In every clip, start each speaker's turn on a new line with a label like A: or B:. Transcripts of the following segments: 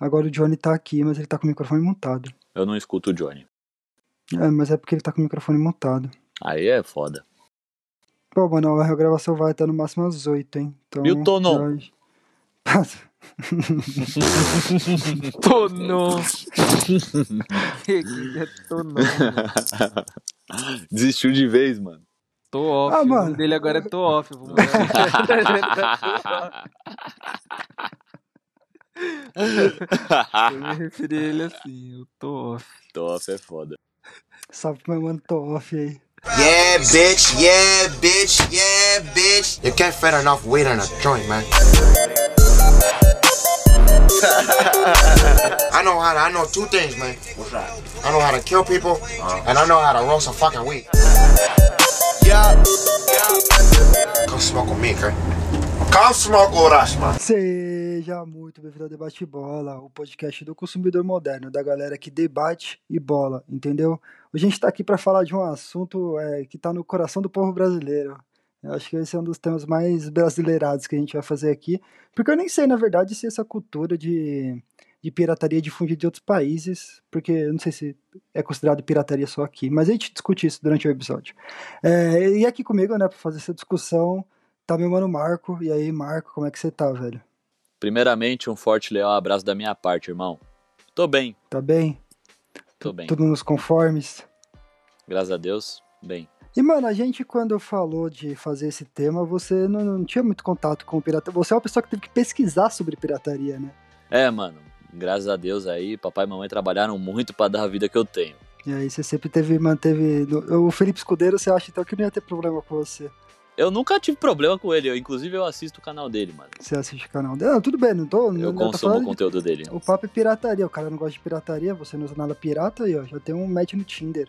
A: Agora o Johnny tá aqui, mas ele tá com o microfone montado.
B: Eu não escuto o Johnny.
A: É, mas é porque ele tá com o microfone montado.
B: Aí é foda.
A: Pô, mano, a regravação vai até no máximo às 8, hein? Então,
B: E o Tonon?
A: já- Passa.
C: Tonon. Tonon.
B: Desistiu de vez, mano.
C: Tô off.
A: Ah,
C: o
A: mano.
C: nome dele agora é tô off. eu Vou mandar. eu me referi a ele assim, eu tô off.
B: Toff é foda.
A: Salve pro meu mano Toff aí.
D: Yeah, bitch. Yeah, bitch. Yeah, bitch. You can't fit enough weight on a joint, man. I know how to, I know two things, man. What's that? Uh-huh. I know how to kill people, and I know how to roast a fucking weed. Yeah. Come smoke with me, okay? Come smoke with us, man.
A: Seja muito bem-vindo ao Debate Bola, o podcast do consumidor moderno, da galera que debate e bola, entendeu? Hoje a gente tá aqui pra falar de um assunto é, que tá no coração do povo brasileiro. Eu acho que esse é um dos temas mais brasileirados que a gente vai fazer aqui, porque eu nem sei, na verdade, se essa cultura de, de pirataria é difundida de outros países, porque eu não sei se é considerado pirataria só aqui, mas a gente discute isso durante o episódio. É, e aqui comigo, né, pra fazer essa discussão, tá meu mano Marco. E aí, Marco, como é que você tá, velho?
B: Primeiramente, um forte e leal abraço da minha parte, irmão. Tô bem,
A: Tá bem?
B: tô bem.
A: Tudo nos conformes?
B: Graças a Deus, bem.
A: E, mano, a gente, quando falou de fazer esse tema, você não, não tinha muito contato com pirataria. Você é uma pessoa que teve que pesquisar sobre pirataria, né?
B: É, mano, graças a Deus aí, papai e mamãe trabalharam muito pra dar a vida que eu tenho.
A: E aí você sempre teve, manteve... no- O Felipe Escudeiro, você acha então que não ia ter problema com você?
B: Eu nunca tive problema com ele, eu, inclusive eu assisto o canal dele, mano.
A: Você assiste o canal dele? Não, tudo bem, não tô...
B: Eu
A: não, tô
B: consumo o
A: falando de-
B: conteúdo dele.
A: O papo é pirataria, o cara não gosta de pirataria, você não usa nada pirata, aí ó, já tem um match no Tinder.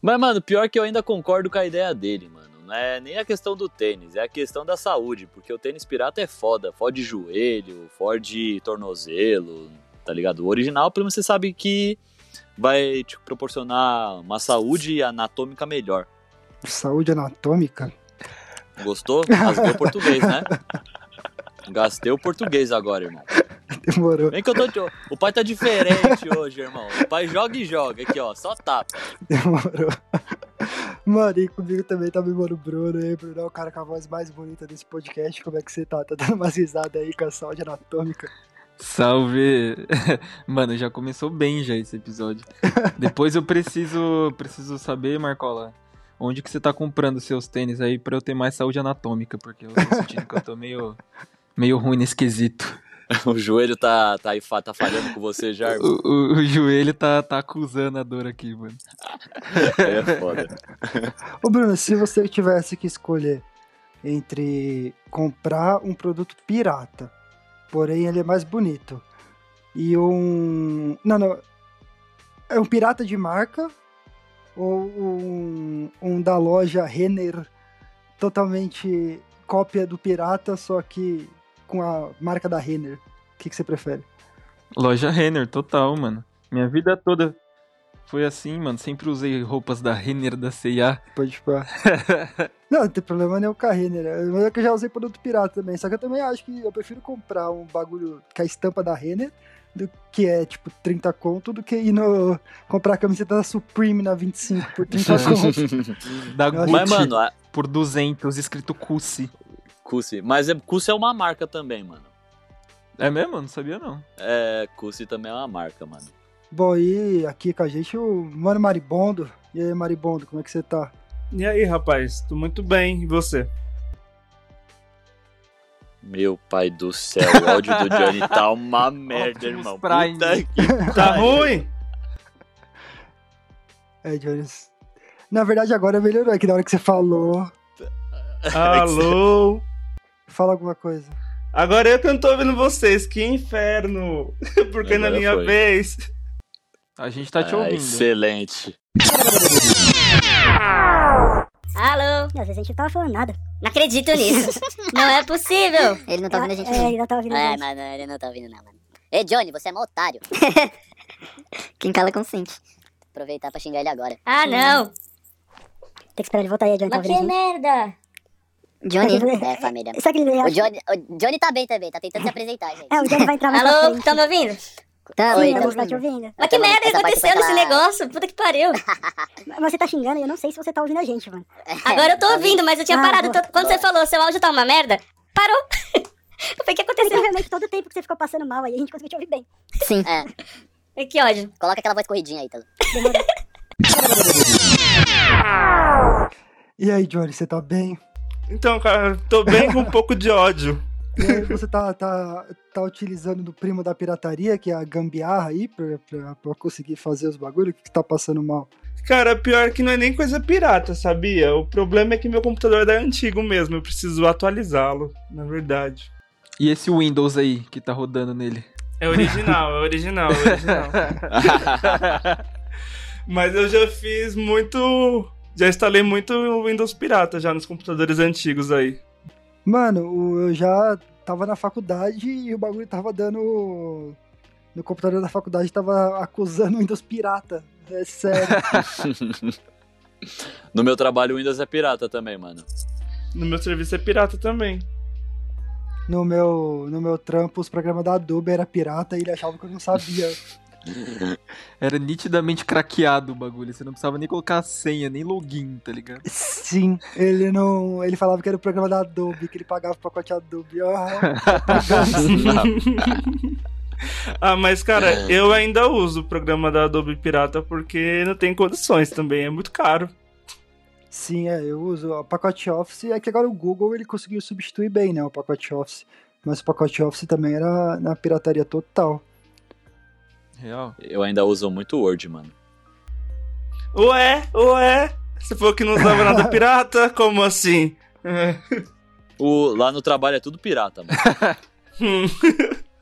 B: Mas, mano, pior que eu ainda concordo com a ideia dele, mano. Não é nem a questão do tênis, é a questão da saúde, porque o tênis pirata é foda. Fode joelho, fode tornozelo, tá ligado? O original, pelo menos você sabe que vai te proporcionar uma saúde anatômica melhor.
A: Saúde anatômica?
B: Gostou? Gastei o português, né? Gastei o português agora, irmão.
A: Demorou.
B: Vem que eu tô. de- O pai tá diferente hoje, irmão. O pai joga e joga. Aqui, ó, só tapa.
A: Demorou. Mano, e comigo também tá meu mano Bruno aí, Bruno é o cara com a voz mais bonita desse podcast. Como é que você tá? Tá dando umas risadas aí com a saúde anatômica?
C: Salve! Mano, já começou bem já esse episódio. Depois eu preciso, preciso saber, Marcola, onde que você tá comprando seus tênis aí pra eu ter mais saúde anatômica, porque eu tô sentindo que eu tô meio, meio ruim nesse quesito.
B: O joelho tá, tá, aí fa- tá falhando com você já, irmão.
C: O, o- o joelho tá, tá acusando a dor aqui, mano.
B: Aí é foda.
A: Ô Bruno, se você tivesse que escolher entre comprar um produto pirata, porém ele é mais bonito, e um. Não, não. É um pirata de marca ou um, um da loja Renner totalmente cópia do pirata, só que com a marca da Renner? O que, que você prefere?
C: Loja Renner, total, mano. Minha vida toda foi assim, mano. Sempre usei roupas da Renner, da C&A.
A: Pode tipo. Não, não tem problema nenhum com a Renner. Mas é que eu já usei produto pirata também. Só que eu também acho que eu prefiro comprar um bagulho com a estampa da Renner, do que é tipo 30 conto, do que ir no, comprar a camiseta da Supreme na 25 por 30 conto.
C: Da
A: Mas,
C: Gucci
B: Mas, mano, a
C: por 200, escrito Cusi.
B: Cusi. Mas é, Cusi é uma marca também, mano.
C: É mesmo? Não sabia, não.
B: É, Cusi também é uma marca, mano.
A: Bom, e aqui com a gente o Mano Maribondo. E aí, Maribondo, como é que você tá?
E: E aí, rapaz? Tô muito bem. E você?
B: Meu pai do céu, o áudio do Johnny tá uma merda,
C: Optimus
B: irmão.
C: Prime.
B: Puta que
E: Tá
B: pariu.
E: ruim?
A: É, Jones. Na verdade, agora melhorou, é que na hora que você falou,
B: É
E: Alô?
A: fala alguma coisa.
E: Agora eu que não tô ouvindo vocês. Que inferno! Porque
B: Agora
E: na minha
B: foi.
E: vez.
C: A gente tá te
B: Ah,
C: ouvindo.
B: excelente.
F: Alô?
G: Meu, às vezes a gente não tava falando nada.
F: Não acredito nisso. não é possível. Ele não tá ouvindo a gente.
G: É,
F: não.
G: ele não tava ouvindo a
F: É,
G: gente.
F: mas ele não tá ouvindo, não, mano. Ei, Johnny, você é um otário.
G: Quem cala consente.
F: Aproveitar pra xingar ele agora.
G: Ah, não. Tem que esperar ele voltar aí, Johnny, tá
F: Mas
G: ouvindo a
F: que
G: gente.
F: merda.
G: Mas
F: Johnny,
G: eu falei-
F: é família.
G: Só que ele
F: O
G: acho-
F: Johnny, o Johnny tá bem também, tá tentando se apresentar, gente.
G: É, o Johnny vai entrar mais pra
H: Alô,
G: frente.
H: estão me ouvindo?
F: Tá,
G: Sim,
F: oi,
G: a
F: tá
G: gente tá te ouvindo.
H: Mas que
F: Essa-
H: merda
F: essa parte
H: aconteceu
F: foi É,
H: nesse
F: aquela-
H: negócio? Puta que pariu.
G: Mas você tá xingando e eu não sei se você tá ouvindo a gente, mano.
H: Agora
F: tá
H: eu tô ouvindo, mas eu tinha
G: Ah,
H: parado.
G: boa,
H: Tô- Quando você falou, seu áudio tá uma merda, parou. Eu falei, o que
G: Porque
H: aconteceu?
G: realmente todo o tempo que você ficou passando mal aí, a gente conseguiu te ouvir bem.
F: Sim. É,
H: Que ódio.
F: coloca aquela voz corridinha aí, tá?
A: E aí, Johnny, você tá bem?
E: Então, cara, tô bem com um pouco de ódio.
A: E aí, você tá, tá, tá utilizando do primo da pirataria, que é a gambiarra aí, pra, pra, pra conseguir fazer os bagulhos? O que, que tá passando mal?
E: Cara, pior que não é nem coisa pirata, sabia? O problema é que meu computador é antigo mesmo, eu preciso atualizá-lo, na verdade.
C: E esse Windows aí que tá rodando nele?
E: É original, é original, é original. Mas eu já fiz muito. Já instalei muito Windows pirata já nos computadores antigos aí.
A: Mano, o- eu já tava na faculdade e o bagulho tava dando. No computador da faculdade tava acusando o Windows pirata. É sério.
B: No meu trabalho, o Windows é pirata também, mano.
E: No meu serviço é pirata também.
A: No meu, no meu trampo, os programas da Adobe era pirata e ele achava que eu não sabia.
C: Era nitidamente craqueado o bagulho. Você não precisava nem colocar a senha, nem login, tá ligado?
A: Sim, ele não. Ele falava que era o programa da Adobe, que ele pagava o pacote Adobe. Ah,
E: Ah, mas cara, eu ainda uso o programa da Adobe Pirata porque não tem condições também, é muito caro.
A: sim, é, eu uso o pacote Office. É que agora o Google ele conseguiu substituir bem, né? O pacote Office. Mas o pacote Office também era na pirataria total.
C: Real.
B: Eu ainda uso muito Word, mano.
E: Ué, ué, você falou que não usava nada pirata? Como assim? É.
B: O, lá no trabalho é tudo pirata, mano.
E: Hum.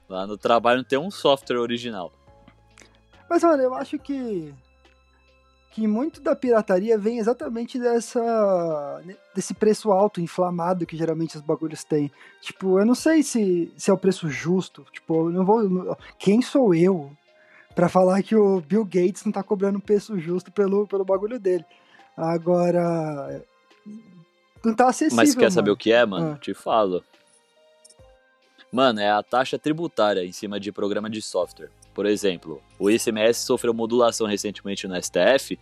B: Lá no trabalho não tem um software original.
A: Mas olha, eu acho que que muito da pirataria vem exatamente dessa né, desse preço alto inflamado que geralmente os bagulhos têm. Tipo, eu não sei se, se é o preço justo, tipo, eu não vou não- quem sou eu pra falar que o Bill Gates não tá cobrando um preço justo pelo pelo bagulho dele. Agora não tá acessível.
B: Mas quer saber
A: mano.
B: o que é, mano?
A: Ah.
B: Te falo. Mano, é a taxa tributária em cima de programa de software. Por exemplo, o ICMS sofreu modulação recentemente no STF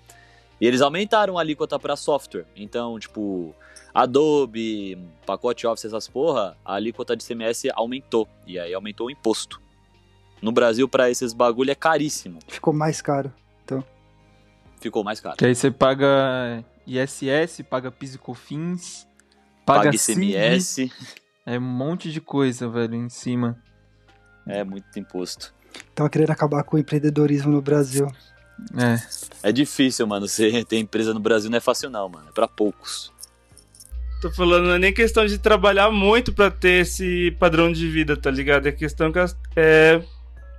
B: e eles aumentaram a alíquota para software. Então, tipo, Adobe, pacote Office, essas porra, a alíquota de ICMS aumentou. E aí aumentou o imposto. No Brasil, para esses bagulho é caríssimo.
A: Ficou mais caro.
B: Ficou mais caro.
C: Que aí você paga ISS, paga PIS e COFINS, paga,
B: Paga
C: CID,
B: ICMS,
C: É um monte de coisa, velho, em cima.
B: é muito imposto.
A: Então querendo acabar com o empreendedorismo no Brasil.
C: É.
B: É difícil, mano. Você ter empresa no Brasil não é fácil, não, mano. É pra poucos.
E: Tô falando, não é nem questão de trabalhar muito pra ter esse padrão de vida, tá ligado? É questão que as- é,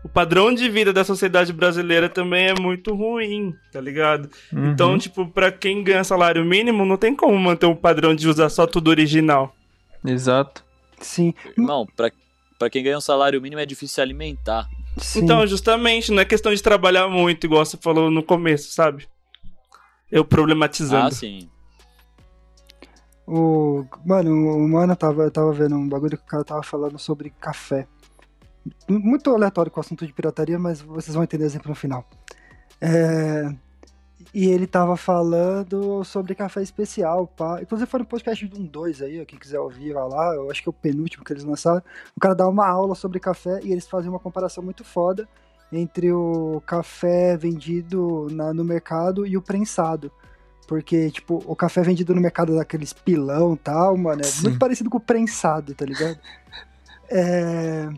E: o padrão de vida da sociedade brasileira também é muito ruim, tá ligado?
C: Uhum.
E: Então, tipo, pra quem ganha salário mínimo, não tem como manter um padrão de usar só tudo original.
C: Exato.
A: Sim,
B: Irmão, pra, pra quem ganha um salário mínimo é difícil se alimentar.
A: sim.
E: Então, justamente, não é questão de trabalhar muito, igual você falou no começo, sabe? Eu problematizando.
B: Ah, sim.
A: O, mano, o mano tava, eu tava vendo um bagulho que o cara tava falando sobre café. M- Muito aleatório com o assunto de pirataria, mas vocês vão entender o exemplo no final. É, e ele tava falando sobre café especial, pá. Inclusive foi no podcast de um 2 aí, ó, quem quiser ouvir, vai lá. Eu acho que é o penúltimo que eles lançaram. O cara dá uma aula sobre café e eles fazem uma comparação muito foda entre o café vendido na- no mercado e o prensado. Porque, tipo, o café vendido no mercado é daqueles pilão e tal, mano, é
C: Sim.
A: muito parecido com o prensado, tá ligado? É,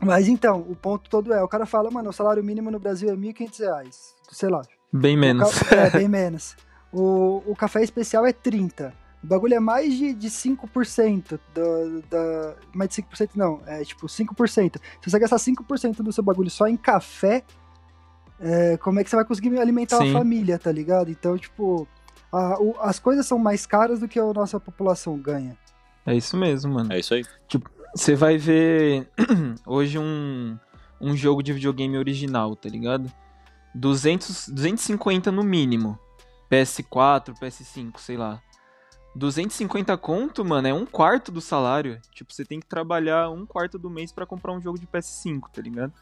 A: Mas então, o ponto todo é, o cara fala, mano, o salário mínimo no Brasil é R$ 1.500, reais, sei lá,
C: Bem menos.
A: o ca- É, bem menos. O, o café especial é 30. O bagulho é mais de, de 5% do, da. Mais de 5% não, é tipo 5%. Se você gastar 5% do seu bagulho só em café, é, como é que você vai conseguir alimentar
C: Sim.
A: uma família, tá ligado? Então, tipo, a- o- as coisas são mais caras do que a nossa população ganha.
C: É isso mesmo, mano.
B: É isso aí.
C: Você vai ver hoje um, um jogo de videogame original, tá ligado? 200, 250 no mínimo. PS4, PS5, sei lá. 250 conto, mano, é um quarto do salário. Tipo, você tem que trabalhar um quarto do mês pra comprar um jogo de PS5, tá ligado?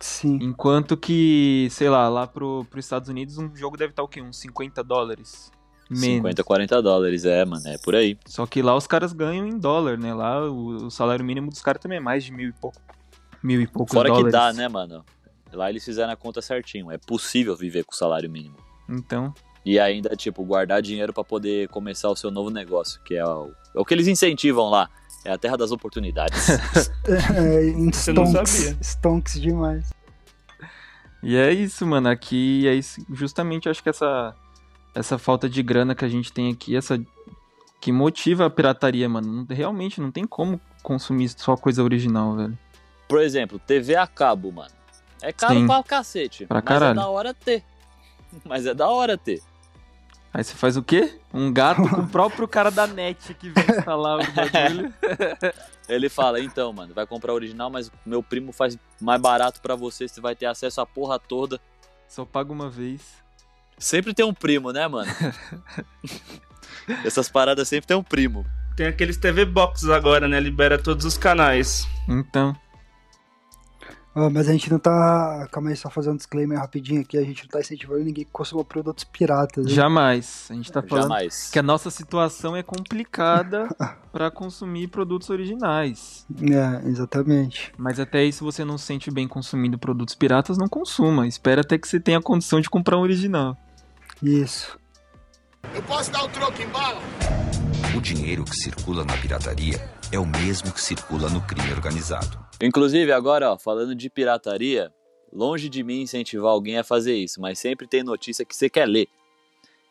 A: Sim.
C: Enquanto que, sei lá, lá pro, pros Estados Unidos, um jogo deve estar o quê? Uns 50 dólares? Menos.
B: 50, 40 dólares, é, mano, é por aí.
C: Só que lá os caras ganham em dólar, né? Lá o, o salário mínimo dos caras também é mais de mil e pouco. Mil e poucos
B: Fora
C: dólares.
B: que dá, né, mano? Lá eles fizeram a conta certinho, é possível viver com salário mínimo.
C: Então,
B: E ainda, tipo, guardar dinheiro pra poder começar o seu novo negócio, que é o, é o que eles incentivam lá. É a terra das oportunidades.
A: É, em
E: Você não
A: stonks,
E: sabia.
A: Stonks demais.
C: E é isso, mano. Aqui é isso. Justamente acho que essa, essa falta de grana que a gente tem aqui, essa que motiva a pirataria, mano. Não- Realmente não tem como consumir só coisa original, velho.
B: Por exemplo, TV a cabo, mano. É caro
C: Sim.
B: pra cacete.
C: Pra
B: mas é
C: caralho.
B: da hora ter. Mas é da hora ter.
C: Aí você faz o quê? Um gato com o próprio cara da net que vem instalar o bagulho.
B: Ele fala, então, mano, vai comprar original, mas meu primo faz mais barato pra você, você vai ter acesso à porra toda.
C: Só paga uma vez.
B: Sempre tem um primo, né, mano? Essas paradas sempre tem um primo.
E: Tem aqueles TV Box agora, né? Libera todos os canais.
C: Então,
A: Ó, Ah, mas a gente não tá. Calma aí, só fazer um disclaimer rapidinho aqui. A gente não tá incentivando ninguém que consuma produtos piratas. hein?
C: jamais. A gente tá falando
B: Jamais.
C: que a nossa situação é complicada pra consumir produtos originais.
A: É, exatamente.
C: Mas até aí, se você não se sente bem consumindo produtos piratas, não consuma. Espera até que você tenha condição de comprar um original.
A: Isso.
D: Eu posso dar o troco em bala?
I: O dinheiro que circula na pirataria é o mesmo que circula no crime organizado.
B: Inclusive, agora, ó, falando de pirataria, longe de mim incentivar alguém a fazer isso, mas sempre tem notícia que você quer ler.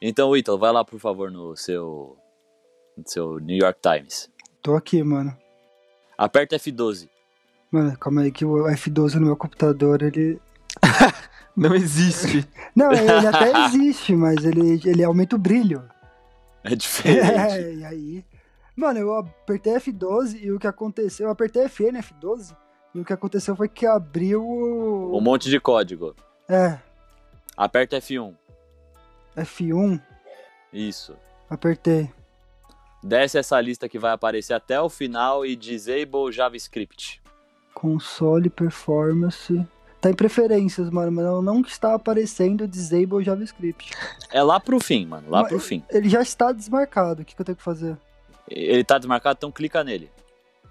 B: Então, Ítalo, vai lá, por favor, no seu, no seu New York Times.
A: Tô aqui, mano.
B: Aperta F12.
A: Mano, calma aí que o F12 no meu computador, ele.
C: Não existe.
A: Não, ele até existe, mas ele, ele aumenta o brilho.
B: É diferente.
A: É, e aí. Mano, eu apertei F12 e o que aconteceu. Eu apertei FN F12 e o que aconteceu foi que abriu.
B: Um
A: o-
B: monte de código.
A: É,
B: Aperta F1.
A: F1.
B: Isso.
A: Apertei.
B: Desce essa lista que vai aparecer até o final e disable JavaScript.
A: Console performance. Tá em preferências, mano, mas não está aparecendo disable JavaScript.
B: É lá pro fim, mano. Lá
A: Mas-
B: pro fim.
A: Ele já está desmarcado. O que, que eu tenho que fazer?
B: Ele tá desmarcado, então clica nele.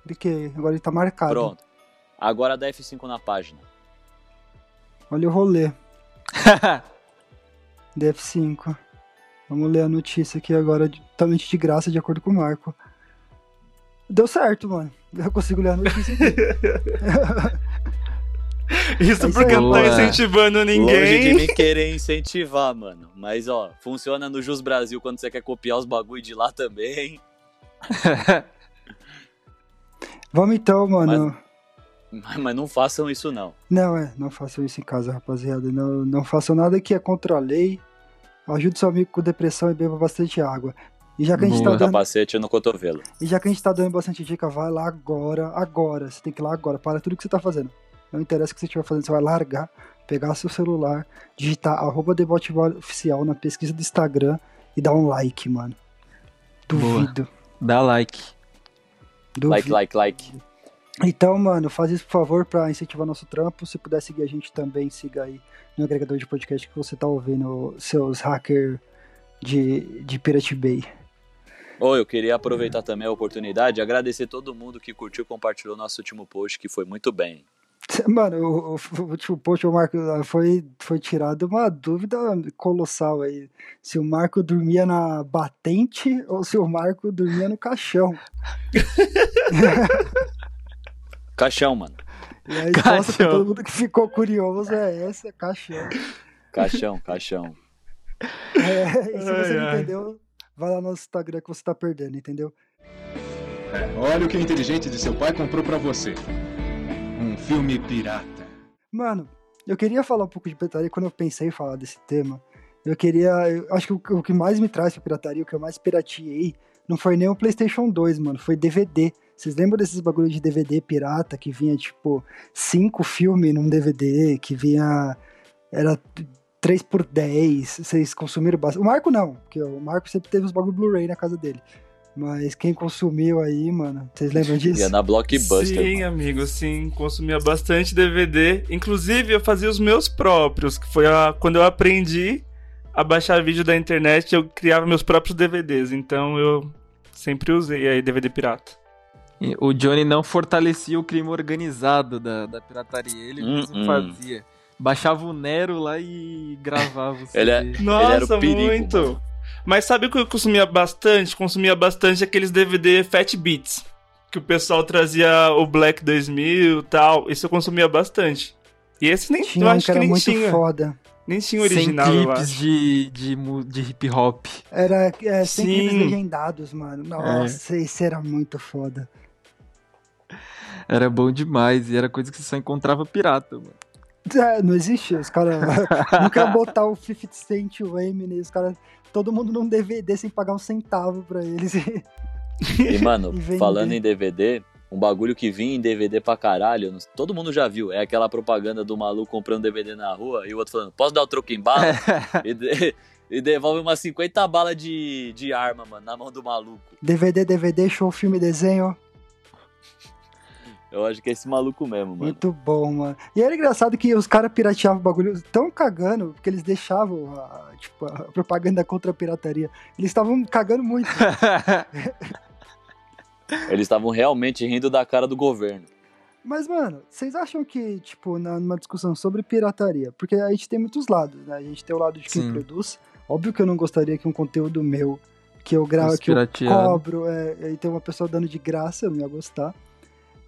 A: Cliquei. Agora ele tá marcado.
B: Pronto. Agora dá F5 na página.
A: Olha o rolê. DF5. Vamos ler a notícia aqui agora, de- totalmente de graça, de acordo com o Marco. Deu certo, mano. Eu consigo ler a notícia aqui.
E: Isso
A: É isso
E: porque
A: aí.
E: não tá
C: Boa.
E: incentivando
B: Longe de
E: ninguém.
B: mim querer incentivar, mano. Mas, ó, funciona no Jus Brasil quando você quer copiar os bagulho de lá também.
A: Vamos então, mano.
B: Mas, mas não façam isso, não.
A: Não, é, não façam isso em casa, rapaziada. Não, não façam nada que é contra a lei. Ajude seu amigo com depressão e beba bastante água. E já que a gente tá
C: Boa.
A: dando
B: Capacete no cotovelo.
A: E já que a gente tá dando bastante dica, vai lá agora, agora. Você tem que ir lá agora, para tudo que você tá fazendo. Não interessa o que você estiver fazendo, você vai largar, pegar seu celular, digitar arroba Debotevoz oficial na pesquisa do Instagram e dar um like, mano. Duvido.
C: Dá like.
A: Duvido.
B: Like, like, like.
A: Então, mano, faz isso, por favor, pra incentivar nosso trampo. Se puder seguir a gente também, siga aí no agregador de podcast que você tá ouvindo, seus hackers de, de Pirate Bay.
B: Ô, eu queria aproveitar também a oportunidade e agradecer todo mundo que curtiu e compartilhou nosso último post, que foi muito bem.
A: Mano, o, o, o último post, o Marco, ah, foi, foi tirado uma dúvida colossal aí. Se o Marco dormia na batente ou se o Marco dormia no caixão.
B: Caixão, mano.
A: E a resposta pra
C: Caixão.
A: todo mundo que ficou curioso é essa, caixão.
B: Caixão, caixão.
A: É, e se você
E: Ai,
A: não
E: ai.
A: entendeu, vai lá no nosso Instagram que você tá perdendo, entendeu?
J: É, Olha o que o inteligente de seu pai comprou pra você. Um filme pirata.
A: Mano, eu queria falar um pouco de pirataria quando eu pensei em falar desse tema. Eu queria. eu acho que o, o que mais me traz pra pirataria, o que eu mais pirateei, não foi nem o PlayStation 2, mano, foi DVD. Vocês lembram desses bagulho de DVD pirata que vinha, tipo, cinco filmes num DVD, que vinha. Era 3 por 10 vocês consumiram bastante. O Marco não, porque o Marco sempre teve os bagulho Blu-ray na casa dele. Mas quem consumiu aí, mano, vocês lembram disso?
B: Ia na Blockbuster.
E: Sim, amigo, sim. Consumia bastante DVD. Inclusive, eu fazia os meus próprios, que foi a, quando eu aprendi a baixar vídeo da internet, eu criava meus próprios DVDs. Então eu sempre usei aí DVD pirata.
C: E O Johnny não fortalecia o crime organizado da, da pirataria, ele mesmo
B: Hum, hum.
C: fazia. Baixava o Nero lá e gravava o
B: Ele é-
C: CD.
E: Nossa,
B: era o perigo,
E: muito.
B: mano.
E: Mas sabe o que eu consumia bastante? Consumia bastante aqueles DVD Fat Beats. Que o pessoal trazia o Black 2000 e tal. Isso eu consumia bastante. E esse nem
A: Tinha
E: eu
A: um
E: acho
A: que
E: que
A: era
E: nem
A: muito
E: tinha.
A: foda.
E: Nem tinha
B: um
E: o
C: Sem
E: original, eu
C: clipes
E: acho.
C: de, de, mu- de hip hop.
A: Era é,
E: Sim.
A: sempre eles legendados, mano. Nossa, esse era muito foda.
C: Era bom demais e era coisa que você só encontrava pirata, mano.
A: É, não existe, os caras nunca botar o 50 Cent o Eminem, os caras, todo mundo num DVD sem pagar um centavo pra eles.
B: E, mano,
A: E vender.
B: falando em DVD, um bagulho que vinha em DVD pra caralho, não- todo mundo já viu. É aquela propaganda do maluco comprando DVD na rua e o outro falando, posso dar o troco em bala? e, de- e devolve umas 50 balas de, de arma, mano, na mão do maluco.
A: DVD, DVD, show, filme, desenho,
B: Eu acho que é esse maluco mesmo, mano.
A: muito bom, mano. E era engraçado que os caras pirateavam o bagulho tão cagando, porque eles deixavam a, tipo, a propaganda contra a pirataria. Eles estavam cagando muito.
B: Eles estavam realmente rindo da cara do governo.
A: Mas, mano, vocês acham que, tipo, na- numa discussão sobre pirataria, porque a gente tem muitos lados, né? A gente tem o lado de quem
C: Sim.
A: produz. Óbvio que eu não gostaria que um conteúdo meu, que eu gravo,
C: Fosse
A: que eu
C: pirateado.
A: cobro, é, e tem uma pessoa dando de graça, eu não ia gostar.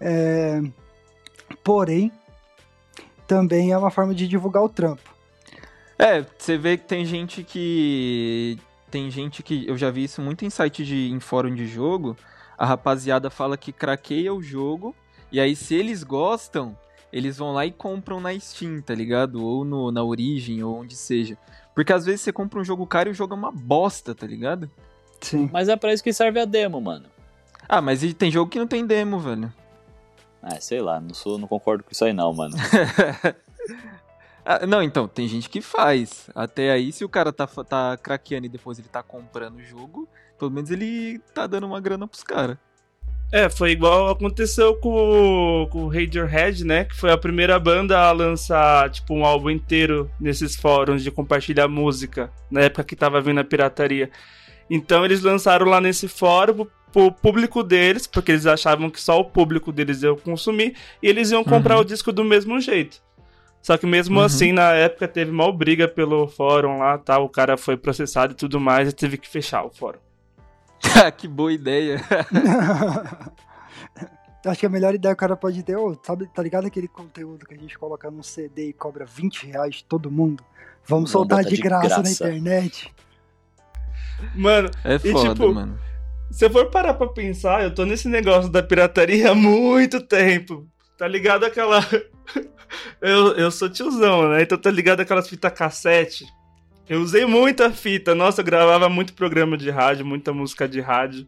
A: É, porém, também é uma forma de divulgar o trampo.
C: É, você vê que tem gente que. Tem gente que. Eu já vi isso muito em site de. em fórum de jogo. A rapaziada fala que craqueia o jogo. E aí, se eles gostam, eles vão lá e compram na Steam, tá ligado? Ou no, na origem, ou onde seja. Porque às vezes você compra um jogo caro e o jogo é uma bosta, tá ligado?
A: Sim.
B: Mas é pra isso que serve a demo, mano.
C: Ah, mas e tem jogo que não tem demo, velho.
B: Ah, sei lá, não, sou, não concordo com isso aí não, mano.
C: Ah, não, então, tem gente que faz. Até aí, se o cara tá, fa- tá craqueando e depois ele tá comprando o jogo, pelo menos ele tá dando uma grana pros caras.
E: É, foi igual aconteceu com, o- com o Radiohead, né? Que foi a primeira banda a lançar, tipo, um álbum inteiro nesses fóruns de compartilhar música, na época que tava vindo a pirataria. Então eles lançaram lá nesse fórum pro, pro público deles, porque eles achavam que só o público deles ia consumir, e eles iam comprar
C: Uhum.
E: o disco do mesmo jeito. Só que mesmo
C: Uhum.
E: assim, na época, teve mal briga pelo fórum lá, tá? O cara foi processado e tudo mais, e teve que fechar o fórum.
C: Ah, que boa ideia.
A: Acho que a melhor ideia que o cara pode ter, ô, sabe, tá ligado aquele conteúdo que a gente coloca num CD e cobra 20 reais de todo mundo? Vamos
B: Vamos
A: soltar
B: botar
A: de
B: de
A: graça na
B: graça.
A: internet.
E: Mano,
C: É foda,
E: tipo,
C: mano.
E: Se eu for parar pra pensar, eu tô nesse negócio da pirataria há muito tempo. Tá ligado aquela. eu, eu sou tiozão, né? Então tá ligado aquelas fitas cassete. Eu usei muita fita. Nossa, eu gravava muito programa de rádio, muita música de rádio.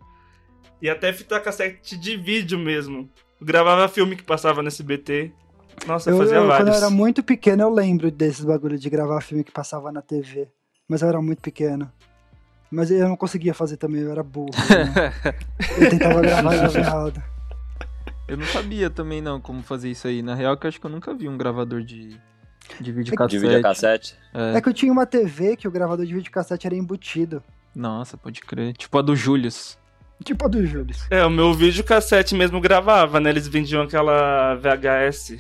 E: E até fita cassete de vídeo mesmo. Eu gravava filme que passava nesse BT. Nossa, eu,
A: Eu,
E: fazia
A: eu, quando eu
E: vários.
A: era muito pequeno, eu lembro desses bagulho de gravar filme que passava na TV. Mas eu era muito pequeno. Mas eu não conseguia fazer também, eu era burro. né? eu tentava gravar e gravava errado.
C: Eu não sabia também não como fazer isso aí. Na real, que eu acho que eu nunca vi um gravador de, de
B: De
C: videocassete.
B: videocassete.
A: É que eu tinha uma TV que o gravador de videocassete era embutido.
C: Nossa, pode crer. Tipo a do Julius.
A: Tipo a do Júlio.
E: É, o meu vídeo cassete mesmo gravava, né? Eles vendiam aquela VHS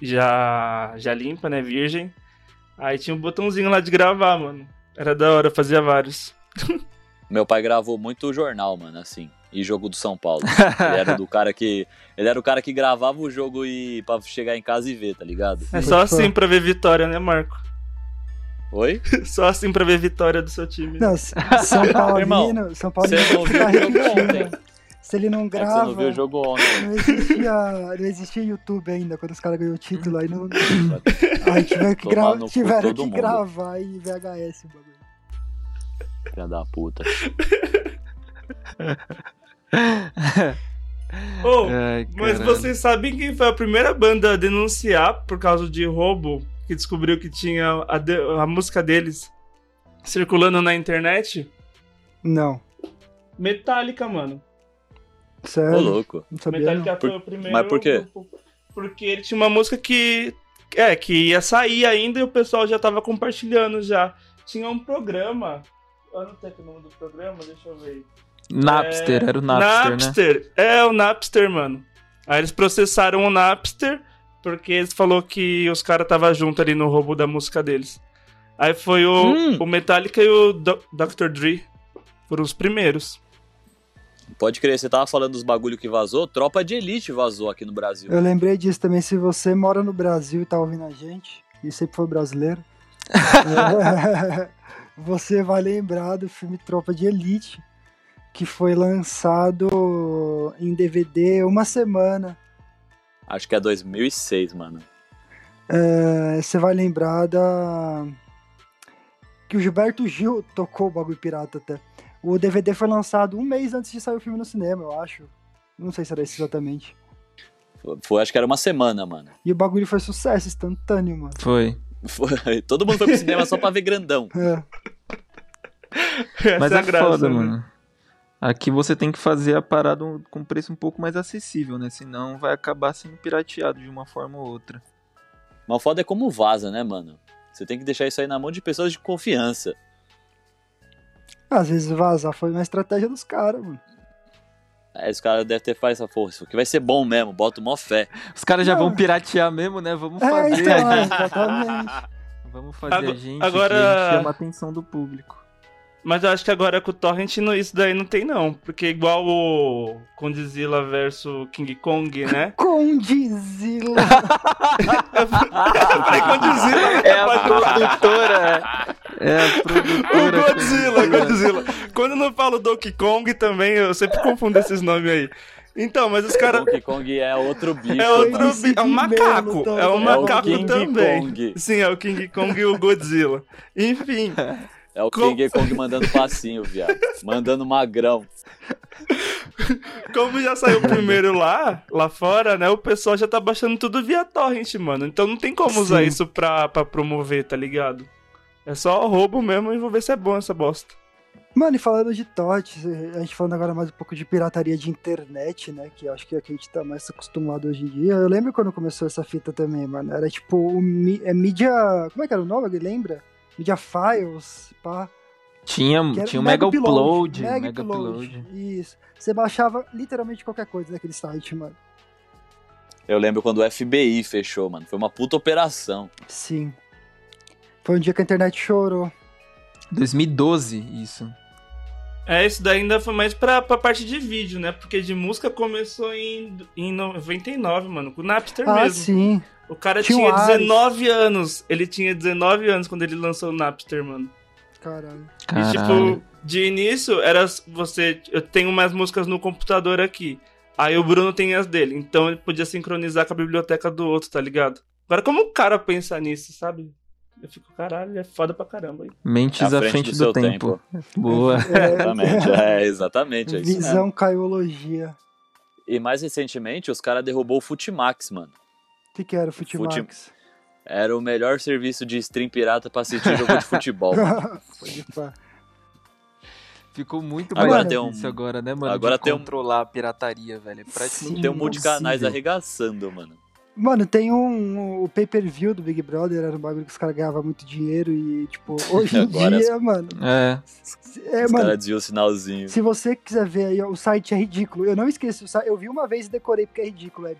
E: já, já limpa, né? Virgem. Aí tinha um botãozinho lá de gravar, mano. Era da hora, eu fazia vários.
B: Meu pai gravou muito jornal, mano, assim. E jogo do São Paulo. Ele era do cara que. Ele era o cara que gravava o jogo e pra chegar em casa e ver, tá ligado?
E: É só
A: Pode
E: assim pra ver vitória, né, Marco?
B: Oi?
E: Só assim pra ver vitória do seu time.
A: Não, S- São Paulino,
B: Irmão,
A: São Paulino
B: Você não viu
A: fica
B: o jogo
A: repetindo.
B: ontem.
A: Se ele não
B: É que você
A: grava,
B: não viu o jogo ontem.
A: não existia, não existia YouTube ainda, quando os caras ganhou o título, aí não... Aí tiveram que,
B: Tomar
A: gra...
B: no cu
A: tiveram
B: todo
A: que
B: mundo.
A: gravar em VHS o bagulho.
B: Filha da puta.
E: Ô,
C: Ai,
E: mas
C: É, caralho.
E: vocês sabem quem foi a primeira banda a denunciar por causa de roubo que descobriu que tinha a, de- a música deles circulando na internet?
A: Não.
E: Metallica, mano.
A: Sério?
B: Ô, louco.
A: Não sabia, não.
E: Metallica foi
B: Por-
E: o primeiro.
B: mas por quê?
E: grupo, Porque ele tinha uma música que. É, que ia sair ainda e o pessoal já tava compartilhando já. Tinha um programa. Eu não tenho aqui o nome do programa, deixa eu ver.
C: Napster,
E: É,
C: era o Napster, né?
E: Napster. É, o Napster, mano. Aí eles processaram o Napster porque eles falou que os caras tava junto ali no roubo da música deles. Aí foi o,
B: Hum.
E: o Metallica e o Do- Dr. Dre. Foram os primeiros.
B: Pode crer, você tava falando dos bagulho que vazou, tropa de elite vazou aqui no Brasil.
A: Eu lembrei disso também. Se você mora no Brasil e tá ouvindo a gente, e sempre foi brasileiro, é, você vai lembrar do filme Tropa de Elite, que foi lançado em DVD uma semana.
B: Acho que é 2006, mano.
A: É, você vai lembrar da. Que o Gilberto Gil tocou o bagulho pirata até. O DVD foi lançado um mês antes de sair o filme no cinema, eu acho. Não sei se era isso exatamente.
B: Foi, acho que era uma semana, mano.
A: E o bagulho foi sucesso instantâneo, mano.
C: Foi.
B: Foi- Todo mundo foi pro cinema só pra ver grandão.
A: É.
E: Essa
C: Mas
E: é
C: é,
E: a graça,
C: foda,
E: né?
C: mano. Aqui você tem que fazer a parada um- com preço um pouco mais acessível, né? Senão vai acabar sendo pirateado de uma forma ou outra.
B: Mas o foda é como vaza, né, mano? Você tem que deixar isso aí na mão de pessoas de confiança.
A: Às vezes vazar foi uma estratégia dos caras, mano.
B: Aí os caras devem ter feito essa força. Isso aqui vai ser bom mesmo, bota mó fé.
C: Os caras já
A: Não.
C: vão piratear mesmo, né? Vamos
A: É,
C: fazer.
A: então, é, exatamente.
C: Vamos fazer
E: Ago-
C: a gente
E: agora-
C: que a gente chama a atenção do público.
E: Mas eu acho que agora com o Torrent não- isso daí não tem, não. Porque igual o Condizila versus King Kong, né?
A: Condizila.
E: Eu falei Condizila,
C: É a produtora. É a produtora.
E: o Godzilla, Godzilla. Quando eu não falo Donkey Kong também, eu sempre confundo esses nomes aí. Então, mas os caras.
B: Donkey Kong é outro bicho.
E: É outro.
A: Esse
E: bi- É um
A: de
E: macaco.
A: belo,
E: É um
A: então.
B: É o
E: macaco
B: King
E: também.
B: Kong.
E: Sim, é o King Kong e o Godzilla. Enfim.
B: É o
E: Com-
B: King Kong mandando passinho, viado. Mandando magrão.
E: Como já saiu primeiro lá, lá fora, né? O pessoal já tá baixando tudo via torrent, mano. Então não tem como usar
A: Sim.
E: isso pra, pra promover, tá ligado? É só roubo mesmo e vou ver se é bom essa bosta.
A: Mano, e falando de TOT, a gente falando agora mais um pouco de pirataria de internet, né? Que acho que é que a gente tá mais acostumado hoje em dia. Eu lembro quando começou essa fita também, mano. Era tipo o mi- é, mídia. Como é que era o nome? Alguém lembra? Media Files, pá.
C: Tinha,
A: que era
C: Hum, tinha o Mega Upload.
A: Mega,
C: Mega
A: Upload.
C: Upload.
A: Isso. Você baixava literalmente qualquer coisa naquele site, mano.
B: Eu lembro quando o FBI fechou, mano. Foi uma puta operação.
A: Sim. Foi um dia que a internet chorou.
C: 2012, isso.
E: É, isso daí ainda foi mais pra, pra parte de vídeo, né? Porque de música começou em, em 99, mano, com o Napster
A: Ah,
E: mesmo.
A: sim.
E: O cara
A: Tinha o
E: tinha
A: Ares.
E: 19 anos. Ele tinha 19 anos quando ele lançou o Napster, mano.
A: Caralho.
C: Caralho.
E: E tipo, de início era você. Eu tenho umas músicas no computador aqui. Aí o Bruno tem as dele. Então ele podia sincronizar com a biblioteca do outro, tá ligado? Agora, como o cara pensa nisso, sabe? Eu fico, caralho, é foda pra caramba. hein?"
C: Mentes à frente, do,
B: seu
C: tempo. Boa.
B: Exatamente, é, exatamente. É isso mesmo.
A: Visão caiologia.
B: E mais recentemente, os caras derrubou o Futimax, mano.
A: O que, que era o
B: Fute-
A: Futimax?
B: Era o melhor serviço de stream pirata pra assistir jogo de futebol.
A: Pode pá.
C: Ficou muito mais
B: Agora
C: agora
B: tem um-
C: difícil agora, né, mano?
B: agora
C: de
B: tem um-
C: controlar a pirataria, velho. É praticamente
B: Tem um monte de canais
C: impossível.
B: arregaçando, mano.
A: Mano, tem um. O pay-per-view do Big Brother era um bagulho que os caras ganhavam muito dinheiro e, tipo, hoje em
B: Agora
A: dia, mano.
C: É.
A: É,
B: os
A: mano,
B: caras desviam o sinalzinho.
A: se você quiser ver aí, ó, o site é ridículo. Eu não esqueço, o site- eu vi uma vez e decorei porque é ridículo. É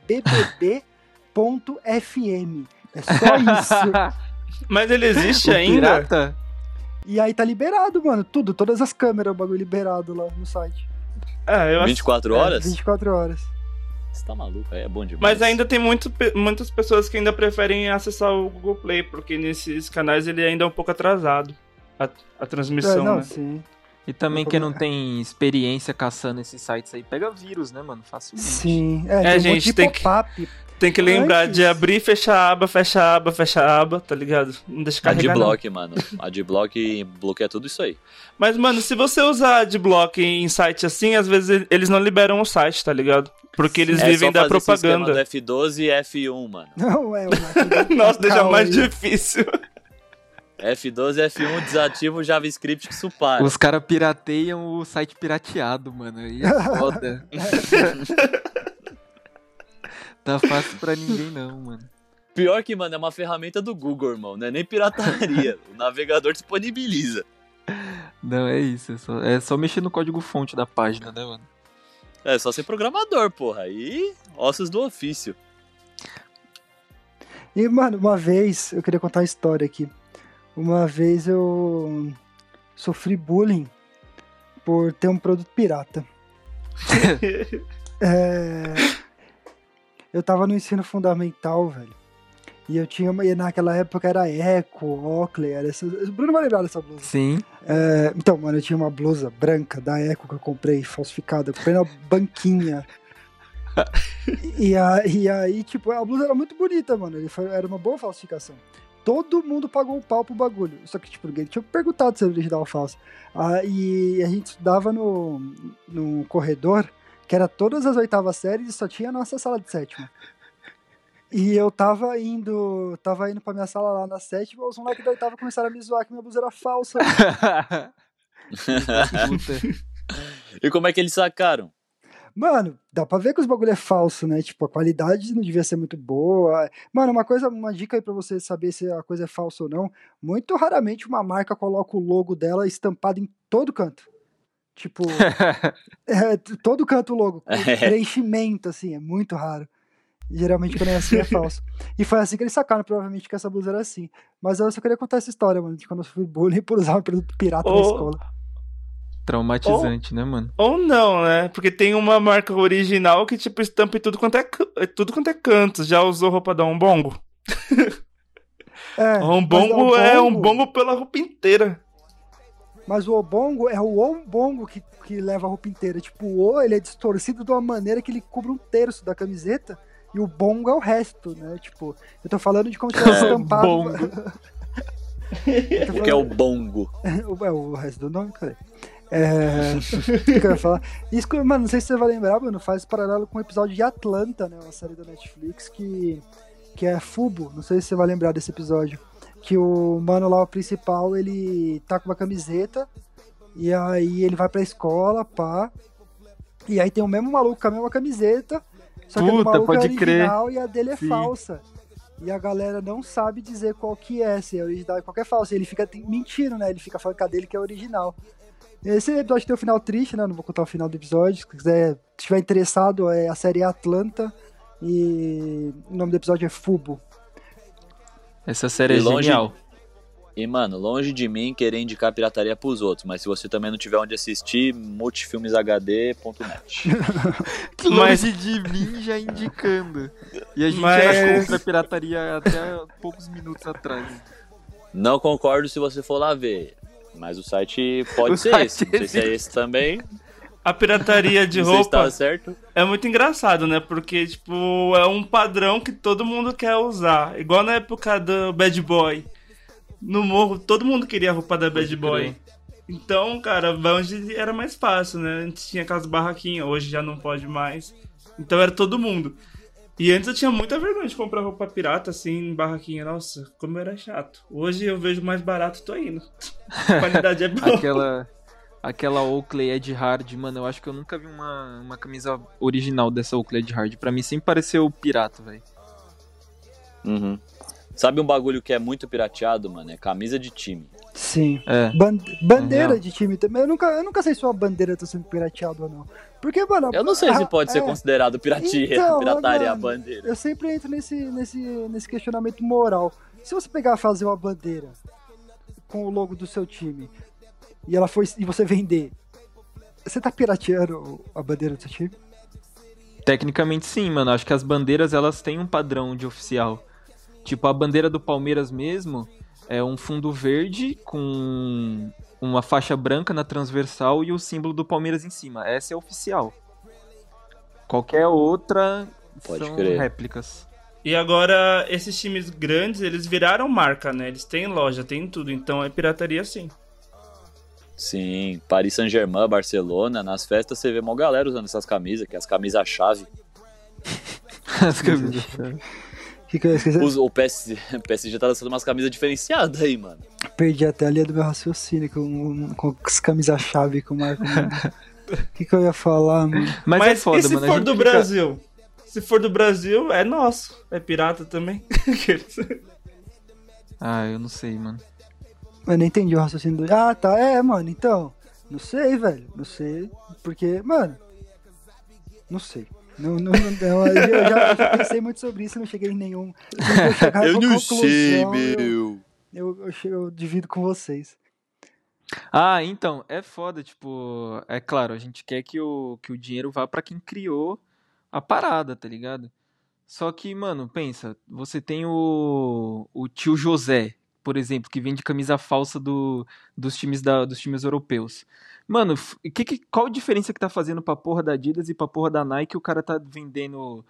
A: bbb.fm. É só isso.
E: Mas ele existe
C: O
E: ainda?
C: pirata?
A: e aí tá liberado, mano, tudo, todas as câmeras, o bagulho liberado lá no site. É,
E: Ah, eu acho.
B: 24 horas?
A: 24 horas.
B: Você tá maluco? Aí é bom demais.
E: Mas ainda tem muito, pe- muitas pessoas que ainda preferem acessar o Google Play, porque nesses canais ele ainda é um pouco atrasado. A, a transmissão,
A: É, não,
E: né?
A: sim.
C: E também
A: Não
C: quem não tem experiência caçando esses sites aí, pega vírus, né, mano? Facilmente.
A: Sim.
E: É,
A: É, tem um
E: gente,
A: monte de
E: tem que-
A: pop-up.
E: Tem que lembrar
A: Antes-
E: de abrir, fechar a aba, fechar a aba, fechar a aba, tá ligado? Não deixa carregar. não.
B: Adblock, mano. Adblock bloqueia tudo isso aí.
E: Mas, mano, se você usar adblock em site assim, às vezes eles não liberam o site, tá ligado? Porque eles
B: é só
E: vivem da
B: fazer esse esquema né?
E: propaganda.
B: Do F12 e F1, mano.
A: Não, é uma.
E: Nossa, deixa
A: Calma
E: mais
A: aí.
E: difícil.
B: F12 e F1 desativa o um, JavaScript que supara.
C: Os caras pirateiam o site pirateado, mano. Aí é foda. tá fácil pra ninguém, não, mano.
B: Pior que, mano, é uma ferramenta do Google, irmão. Não é nem pirataria. o navegador disponibiliza.
C: Não, é isso. É só, é só mexer no código fonte da página, né, mano?
B: É só ser programador, porra. Aí, ossos do ofício.
A: E, mano, uma vez, eu queria contar uma história aqui. Uma vez eu sofri bullying por ter um produto pirata. É, eu tava no ensino fundamental, velho. E eu tinha, uma- e naquela época era Eco, Oakley, era essa, o Bruno vai lembrar dessa blusa.
C: Sim.
A: É, então, mano, eu tinha uma blusa branca da Eco que eu comprei, falsificada. Eu comprei na banquinha. e, a- e aí, tipo, a blusa era muito bonita, mano. ele foi- era uma boa falsificação. Todo mundo pagou um pau pro bagulho. Só que, tipo, ninguém tinha perguntado se era original ou falso. Aí a gente estudava no, no corredor, que era todas as oitavas séries e só tinha a nossa sala de sétima. E eu tava indo, tava indo pra minha sala lá na sétima, os moleques da oitava começaram a me zoar que minha blusa era falsa.
B: e como é que eles sacaram?
A: Mano, dá pra ver que os bagulho é falso, né? Tipo, a qualidade não devia ser muito boa. Mano, uma coisa, uma dica aí pra você saber se a coisa é falsa ou não. Muito raramente uma marca coloca o logo dela estampado em todo canto. Tipo, é, t- todo canto o logo. com Preenchimento, assim, é muito raro. Geralmente quando é assim é falso. E foi assim que eles sacaram, provavelmente, que essa blusa era assim. Mas eu só queria contar essa história, mano, de quando eu fui bullying por usar um produto pirata na
E: Ô,
A: escola.
C: Traumatizante, né, mano?
E: Ou não, né? Porque tem uma marca original que, tipo, estampa em tudo quanto é, ca- é tudo quanto é canto. Já usou roupa da Umbongo?
A: É,
E: Umbongo
A: mas a
E: é
A: Umbongo-
E: Umbongo pela roupa inteira.
A: Mas o obongo é o ombongo que, que leva a roupa inteira. Tipo, o O ele é distorcido de uma maneira que ele cobre um terço da camiseta e o bongo é o resto, né? Tipo, eu tô falando de como se fosse
B: É,
A: estampado.
C: bongo.
A: Eu tô
B: O que é o bongo?
A: o, é o resto do nome, cara. É, o que eu ia falar? Isso, que- mano, não sei se você vai lembrar, mano, faz paralelo com o episódio de Atlanta, né? Uma série da Netflix que, que é Fubo. Não sei se você vai lembrar desse episódio. Que o mano lá, o principal, ele tá com uma camiseta e aí ele vai pra escola, pá. E aí tem o mesmo maluco com a mesma camiseta, só que a do
C: Puta,
A: maluco é
C: pode crer.
A: original e a dele é
C: Sim.
A: falsa. E a galera não sabe dizer qual que é, se é original e qual que é falso. E ele fica tem- mentindo, né? Ele fica falando que a dele que é original. Esse episódio tem um final triste, né? Não vou contar o final do episódio. Se quiser, se tiver interessado, é a série Atlanta. E o nome do episódio é Fubo.
C: Essa série é
B: E longe-
C: genial.
B: E, mano, longe de mim querer indicar pirataria pros outros, mas se você também não tiver onde assistir, multifilmeshd.net.
C: Que
E: Mas-
C: longe de mim já indicando. E a gente
E: Mas-
C: era contra a pirataria até poucos minutos atrás.
B: Não concordo se você for lá ver, mas o site pode
C: O
B: ser
C: site
B: esse. Não sei se é esse também,
E: A pirataria de
B: não sei se
E: roupa
B: tá certo.
E: é muito engraçado, né? Porque, tipo, é um padrão que todo mundo quer usar. Igual na época do Bad Boy. No morro, todo mundo queria a roupa da Bad
C: Pode
E: Boy. Então, cara, vai onde era mais fácil, né? Antes tinha aquelas barraquinhas, hoje já não pode mais. Então era todo mundo. E antes eu tinha muita vergonha de comprar roupa pirata, assim, em barraquinha. Nossa, como era chato. Hoje eu vejo mais barato, tô indo. A qualidade é boa.
C: Aquela, aquela Oakley Ed Hard, mano, eu acho que eu nunca vi uma, uma camisa original dessa Oakley Ed Hard. Pra mim sempre pareceu pirata, velho.
B: Uhum. Sabe um bagulho que é muito pirateado, mano? É camisa de time.
A: Sim.
C: É.
A: Ban- bandeira
C: Real.
A: de time também. Eu nunca, eu nunca sei se uma bandeira tá sendo pirateada ou não. Porque, mano.
B: Eu não sei se
A: a-
B: pode ser
A: é,
B: considerado piratia,
A: Então,
B: pirataria a
A: mano,
B: bandeira.
A: Eu sempre entro nesse, nesse, nesse questionamento moral. Se você pegar e fazer uma bandeira com o logo do seu time e ela foi e você vender, você tá pirateando a bandeira do seu time?
C: Tecnicamente sim, mano. Acho que as bandeiras elas têm um padrão de oficial. Tipo, a bandeira do Palmeiras mesmo é um fundo verde com uma faixa branca na transversal e o símbolo do Palmeiras em cima. Essa é oficial. Qualquer outra
B: Pode
C: são
B: crer.
C: réplicas.
E: E agora, esses times grandes, eles viraram marca, né? Eles têm loja, têm tudo, então é pirataria sim.
B: Sim, Paris Saint-Germain, Barcelona, nas festas você vê mó galera usando essas camisas, que é as camisas-chave.
C: As camisas.
A: que, que eu esqueci?
B: Os- o PSG, PSG tá lançando umas camisas diferenciadas aí, mano.
A: Perdi até a linha do meu raciocínio com, com as camisas-chave que o Marco mandou. O que, que eu ia falar, mano?
C: Mas, é foda,
E: e se
C: mano. a
E: for
C: gente
E: do
C: fica-
E: Brasil? Se for do Brasil, é nosso. É pirata também. Aqueles.
C: Ah, eu não sei, mano.
A: Eu não entendi o raciocínio do. Ah, tá. É, mano, então. Não sei, velho. Não sei. Porque, mano. Não sei. Não, não, não, não, eu, já, eu já pensei muito sobre isso e não cheguei em nenhum. quando Eu, chegar em uma conclusão, Eu, eu, eu, che- eu divido com vocês.
C: Ah, então, é foda, tipo, é claro, a gente quer que o, que o dinheiro vá pra quem criou a parada, tá ligado? Só que, mano, pensa, você tem o, o tio José, por exemplo, que vende camisa falsa do, dos, times da, dos times europeus. Mano, f- que, que, qual a diferença que tá fazendo pra porra da Adidas e pra porra da Nike o cara tá vendendo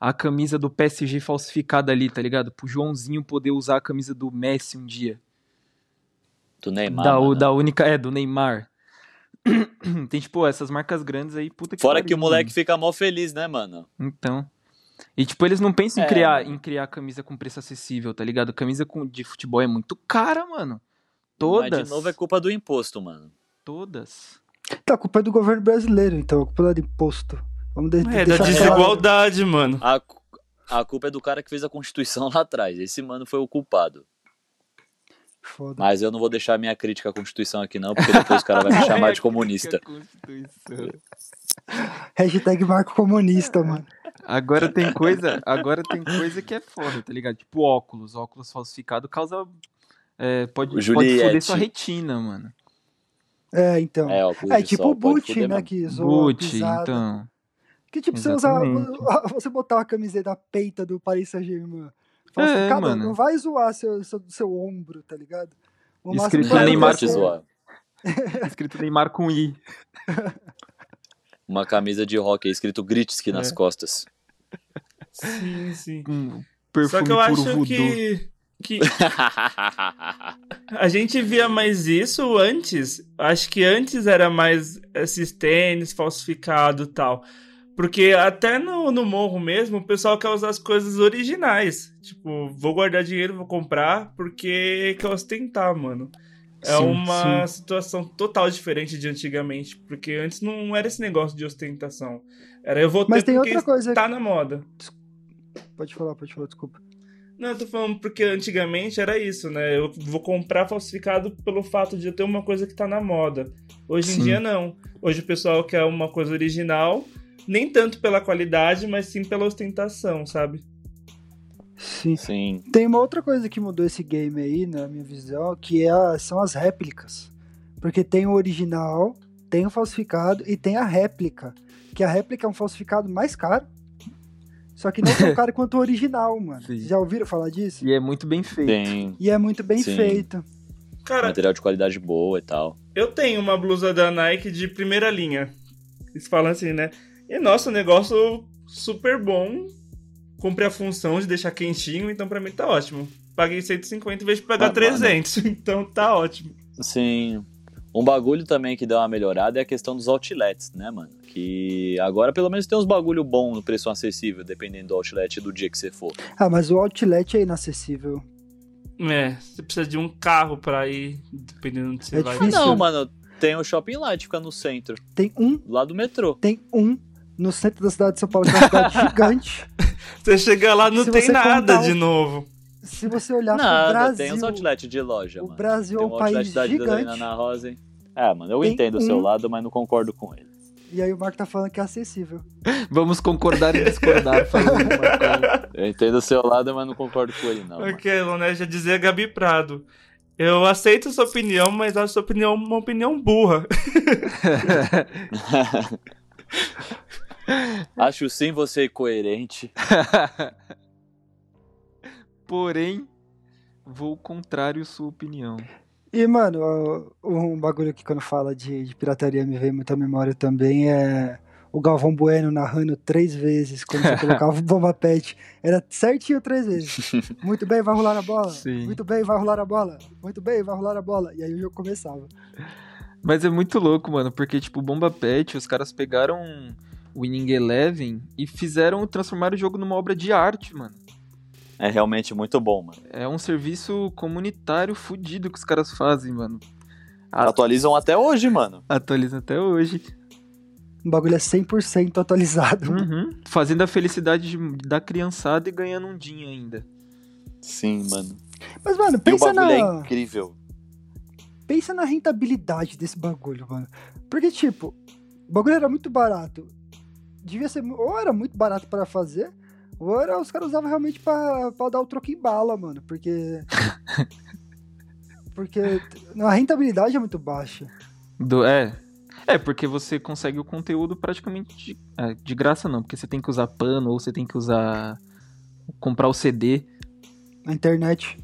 C: a camisa do PSG falsificada ali, tá ligado? Pro Joãozinho poder usar a camisa do Messi um dia
B: Do Neymar.
C: da,
B: mano.
C: da única, é, do Neymar. Tem, tipo, essas marcas grandes aí, puta que
B: Fora
C: pariu,
B: que o moleque
C: mano.
B: fica mó feliz, né, mano?
C: Então. E, tipo, eles não pensam em
B: É,
C: criar,
B: mano.
C: em criar camisa com preço acessível, tá ligado? Camisa com, de futebol é muito cara, mano. Todas.
B: Mas de novo é culpa do imposto, mano.
C: Todas.
A: Tá, a culpa é do governo brasileiro, então. A culpa é do imposto. Vamos de
E: É da
A: deixar claro.
E: desigualdade, mano.
B: A, cu- a culpa é do cara que fez a Constituição lá atrás. Esse mano foi o culpado.
A: Foda.
B: Mas eu não vou deixar minha crítica à Constituição aqui, não, porque depois o cara vai me chamar de comunista.
A: Hashtag Marco Comunista, mano.
C: Agora tem coisa, agora tem coisa que é foda, tá ligado? Tipo óculos, óculos falsificado causa é, pode, pode foder
B: Juliette.
C: sua retina, mano.
A: É, então.
B: É,
A: É,
B: ó, de
A: tipo
B: sol,
A: o
B: pode
A: Boot,
B: fuder
A: né?
B: mesmo.
A: Que zoa.
C: Boot,
A: pisada.
C: então.
A: Que tipo, você usar.
C: Exatamente.
A: Você botar uma camiseta peita do Paris Saint-Germain. Fala
C: É,
A: assim, cara,
C: mano.
A: não vai zoar seu, seu, seu ombro, tá ligado? O máximo
C: Escrito
A: que vai
C: Neymar
B: Pode
A: acontecer-
B: zoar.
C: Escrito Neymar com I.
B: Uma camisa de rock aí, escrito Gritsky nas
C: É.
B: costas.
E: Sim, sim.
C: um perfume
E: Só que eu
C: puro
E: acho
C: voodoo.
E: que, que a gente via mais isso antes. Acho que antes era mais eh, esses tênis falsificado e tal. Porque até no, no morro mesmo, o pessoal quer usar as coisas originais. Tipo, vou guardar dinheiro, vou comprar, porque quer ostentar, mano. É
C: Sim,
E: uma situação total diferente de antigamente. Porque antes não era esse negócio de ostentação. Era eu vou ter
A: Mas tem
E: porque
A: outra coisa.
E: tá na moda.
A: Pode falar, pode falar, desculpa.
E: Não, eu tô falando porque antigamente era isso, né? Eu vou comprar falsificado pelo fato de eu ter uma coisa que tá na moda. Hoje
C: Sim.
E: em dia, não. Hoje o pessoal quer uma coisa original, nem tanto pela qualidade, mas sim pela ostentação, sabe?
A: Sim.
B: Sim.
A: Tem uma outra coisa que mudou esse game aí, na minha visão, que é a- são as réplicas. Porque tem o original, tem o falsificado e tem a réplica. Que a réplica é um falsificado mais caro. Só que não tão caro quanto o original, mano.
C: Sim.
A: Já ouviram falar disso?
C: E é muito bem feito.
B: Tem
A: E é muito bem
B: Sim.
A: feito.
E: Cara,
B: material de qualidade boa e tal.
E: eu tenho uma blusa da Nike de primeira linha. Eles falam assim, né? E nossa, um negócio super bom. Cumpre a função de deixar quentinho, então pra mim tá ótimo. Paguei 150 em vez de pagar
B: Ah, mano.
E: 300, então tá ótimo.
B: Sim. Um bagulho também que deu uma melhorada é a questão dos outlets, né, mano? Que agora pelo menos tem uns bagulho bom no preço acessível, dependendo do outlet e do dia que você for.
A: Ah, mas o outlet é inacessível.
E: É, você precisa de um carro pra ir, dependendo de você
A: É
E: vai.
A: difícil.
B: Não, mano, tem o Shopping Light, fica no centro,
A: Tem um,
B: lá do metrô.
A: tem um no centro da cidade de São Paulo, que é uma cidade gigante.
E: Você chega lá, não
A: Se
E: tem
A: você
E: nada
A: contar um-
E: de
A: o-
E: novo.
A: Se você olhar pro
B: Nada,
A: Brasil,
B: tem uns outlets de loja,
A: o
B: mano.
A: Brasil é
B: tem
A: um país
B: da Adidas ali na
A: gigante.
B: Ana Rosa, hein? É, mano, eu
A: Tem
B: entendo o seu
A: um.
B: lado, mas não concordo com ele.
A: E aí o Marco tá falando que é acessível.
C: Vamos concordar e discordar. falou o Marcão.
B: Eu entendo o seu lado, mas não concordo com ele, não. mano.
E: Aquilo, né? Já dizia Gabi Prado. Eu aceito sua opinião, mas acho sua opinião uma opinião burra.
B: Acho sim você coerente.
C: Porém, vou contrário sua opinião.
A: E, mano, ó, um bagulho que quando fala de, de pirataria me vem muito à memória também é o Galvão Bueno narrando três vezes quando você colocava o bomba pet. Era certinho três vezes. Muito bem, vai rolar a bola.
C: Sim.
A: Muito bem, vai rolar a bola. Muito bem, vai rolar a bola. E aí o jogo começava.
C: Mas é muito louco, mano, porque, tipo, Bomba Pet, os caras pegaram o Winning Eleven e fizeram, transformaram o jogo numa obra de arte, mano.
B: É realmente muito bom, mano.
C: É um serviço comunitário fudido que os caras fazem, mano.
A: Ah.
B: A- Atualizam até hoje, mano.
C: Atualizam até hoje.
A: O bagulho é 100% atualizado.
B: Hum.
C: Uhum. Fazendo a felicidade de- da criançada e ganhando um din ainda.
B: Sim, mano.
A: Mas, mano,
B: E o
A: pensa
B: bagulho é
A: na,
B: incrível.
A: pensa na rentabilidade desse bagulho, mano. Porque, tipo, o bagulho era muito barato. Devia ser. mu- Ou era muito barato pra fazer, ou era, os caras usavam realmente pra, pra dar o troco em bala, mano. Porque. porque a rentabilidade é muito baixa.
C: Do, é. É, porque você consegue o conteúdo praticamente de, é, de graça, não. Porque você tem que usar pano ou você tem que usar. comprar o CD,
A: A internet.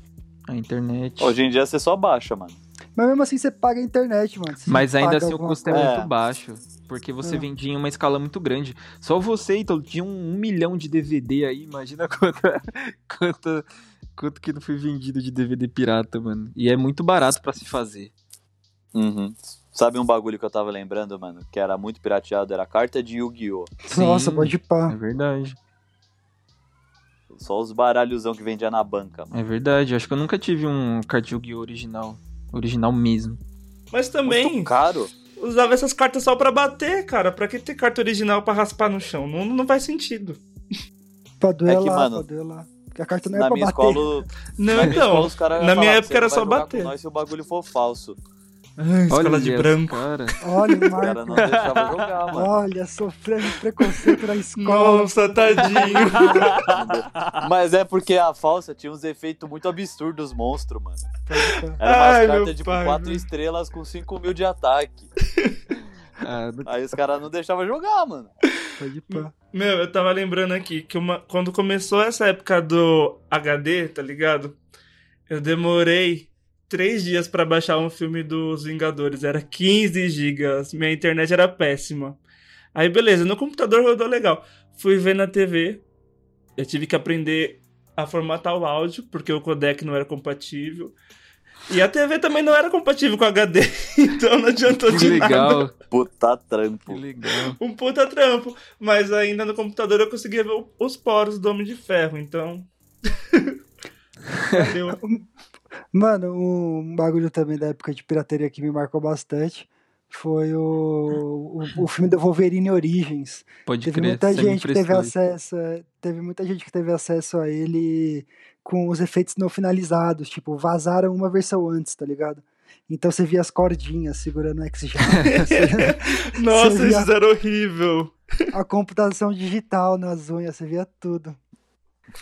C: a internet.
B: Hoje em dia você só baixa, mano.
A: Mas mesmo assim você paga a internet, mano. Você
C: Mas ainda
A: paga
C: assim o
A: alguma
C: custo é
B: coisa.
C: muito baixo. Porque você
A: É.
C: vendia em uma escala muito grande. Só você, então, tinha um, um milhão de DVD aí. Imagina quanto, quanto, quanto que não foi vendido de DVD pirata, mano. E é muito barato pra se fazer.
B: Uhum. Sabe um bagulho que eu tava lembrando, mano? Que era muito pirateado, era a carta de Yu-Gi-Oh!
A: Nossa,
C: Sim,
A: pode pá.
C: É verdade.
B: Só os baralhozão que vendia na banca, mano.
C: É verdade. Acho que eu nunca tive um Yu-Gi-Oh! original. Original mesmo.
E: Mas
B: Muito
E: também
B: caro.
E: usava essas cartas só pra bater, cara. Pra que ter carta original pra raspar no chão? Não, não faz sentido.
A: Pra duelar,
B: É que, mano,
A: pra duelar. Porque a carta não é
B: Na
A: pra
B: minha
A: bater.
B: escola.
E: Não,
B: na minha escola
E: então.
B: os caras já
E: na minha
B: falavam,
E: época era
B: "Você não
E: só
B: vai jogar
E: bater."
B: Com nós se o bagulho for falso.
E: Ah, escola
C: Olha
E: de
C: os
E: branco.
C: Cara.
A: Olha, o
B: Os caras
A: Marco.
B: não deixavam jogar, mano.
A: Olha, sofrendo preconceito na escola.
E: Nossa, tadinho.
B: Mas é porque a falsa tinha uns efeitos muito absurdos, dos monstros, mano.
A: Pode pá.
B: Era umas
E: Ai, meu
B: cartas tipo
E: pai,
B: 4
E: meu.
B: estrelas com 5 mil de ataque.
C: Ah, não-
B: Aí os caras não deixavam jogar, mano.
A: Pode pá.
E: Meu, eu tava lembrando aqui que uma- quando começou essa época do HD, tá ligado? Eu demorei três dias pra baixar um filme dos Vingadores. Era 15 gigas. Minha internet era péssima. Aí, beleza, no computador rodou legal. Fui ver na TV. Eu tive que aprender a formatar o áudio, porque o codec não era compatível. E a TV também não era compatível com HD, então não adiantou
C: que
E: de nada.
C: legal.
B: Puta
C: Que
B: trampo.
C: legal.
E: Um puta trampo. Mas ainda no computador eu conseguia ver o- os poros do Homem de Ferro, então. um- Valeu.
A: Mano, um bagulho também da época de pirataria que me marcou bastante foi o, o, o filme do Wolverine Origins.
C: Pode
A: Teve
C: crer. é
A: muita
C: você me
A: gente que teve
C: emprestou aí.
A: acesso, a- teve muita gente que teve acesso a ele com os efeitos não finalizados, tipo, vazaram uma versão antes, tá ligado? Então você via as cordinhas segurando o x
E: Nossa,
A: Você já-
E: isso era horrível.
A: a computação digital nas unhas, você via tudo.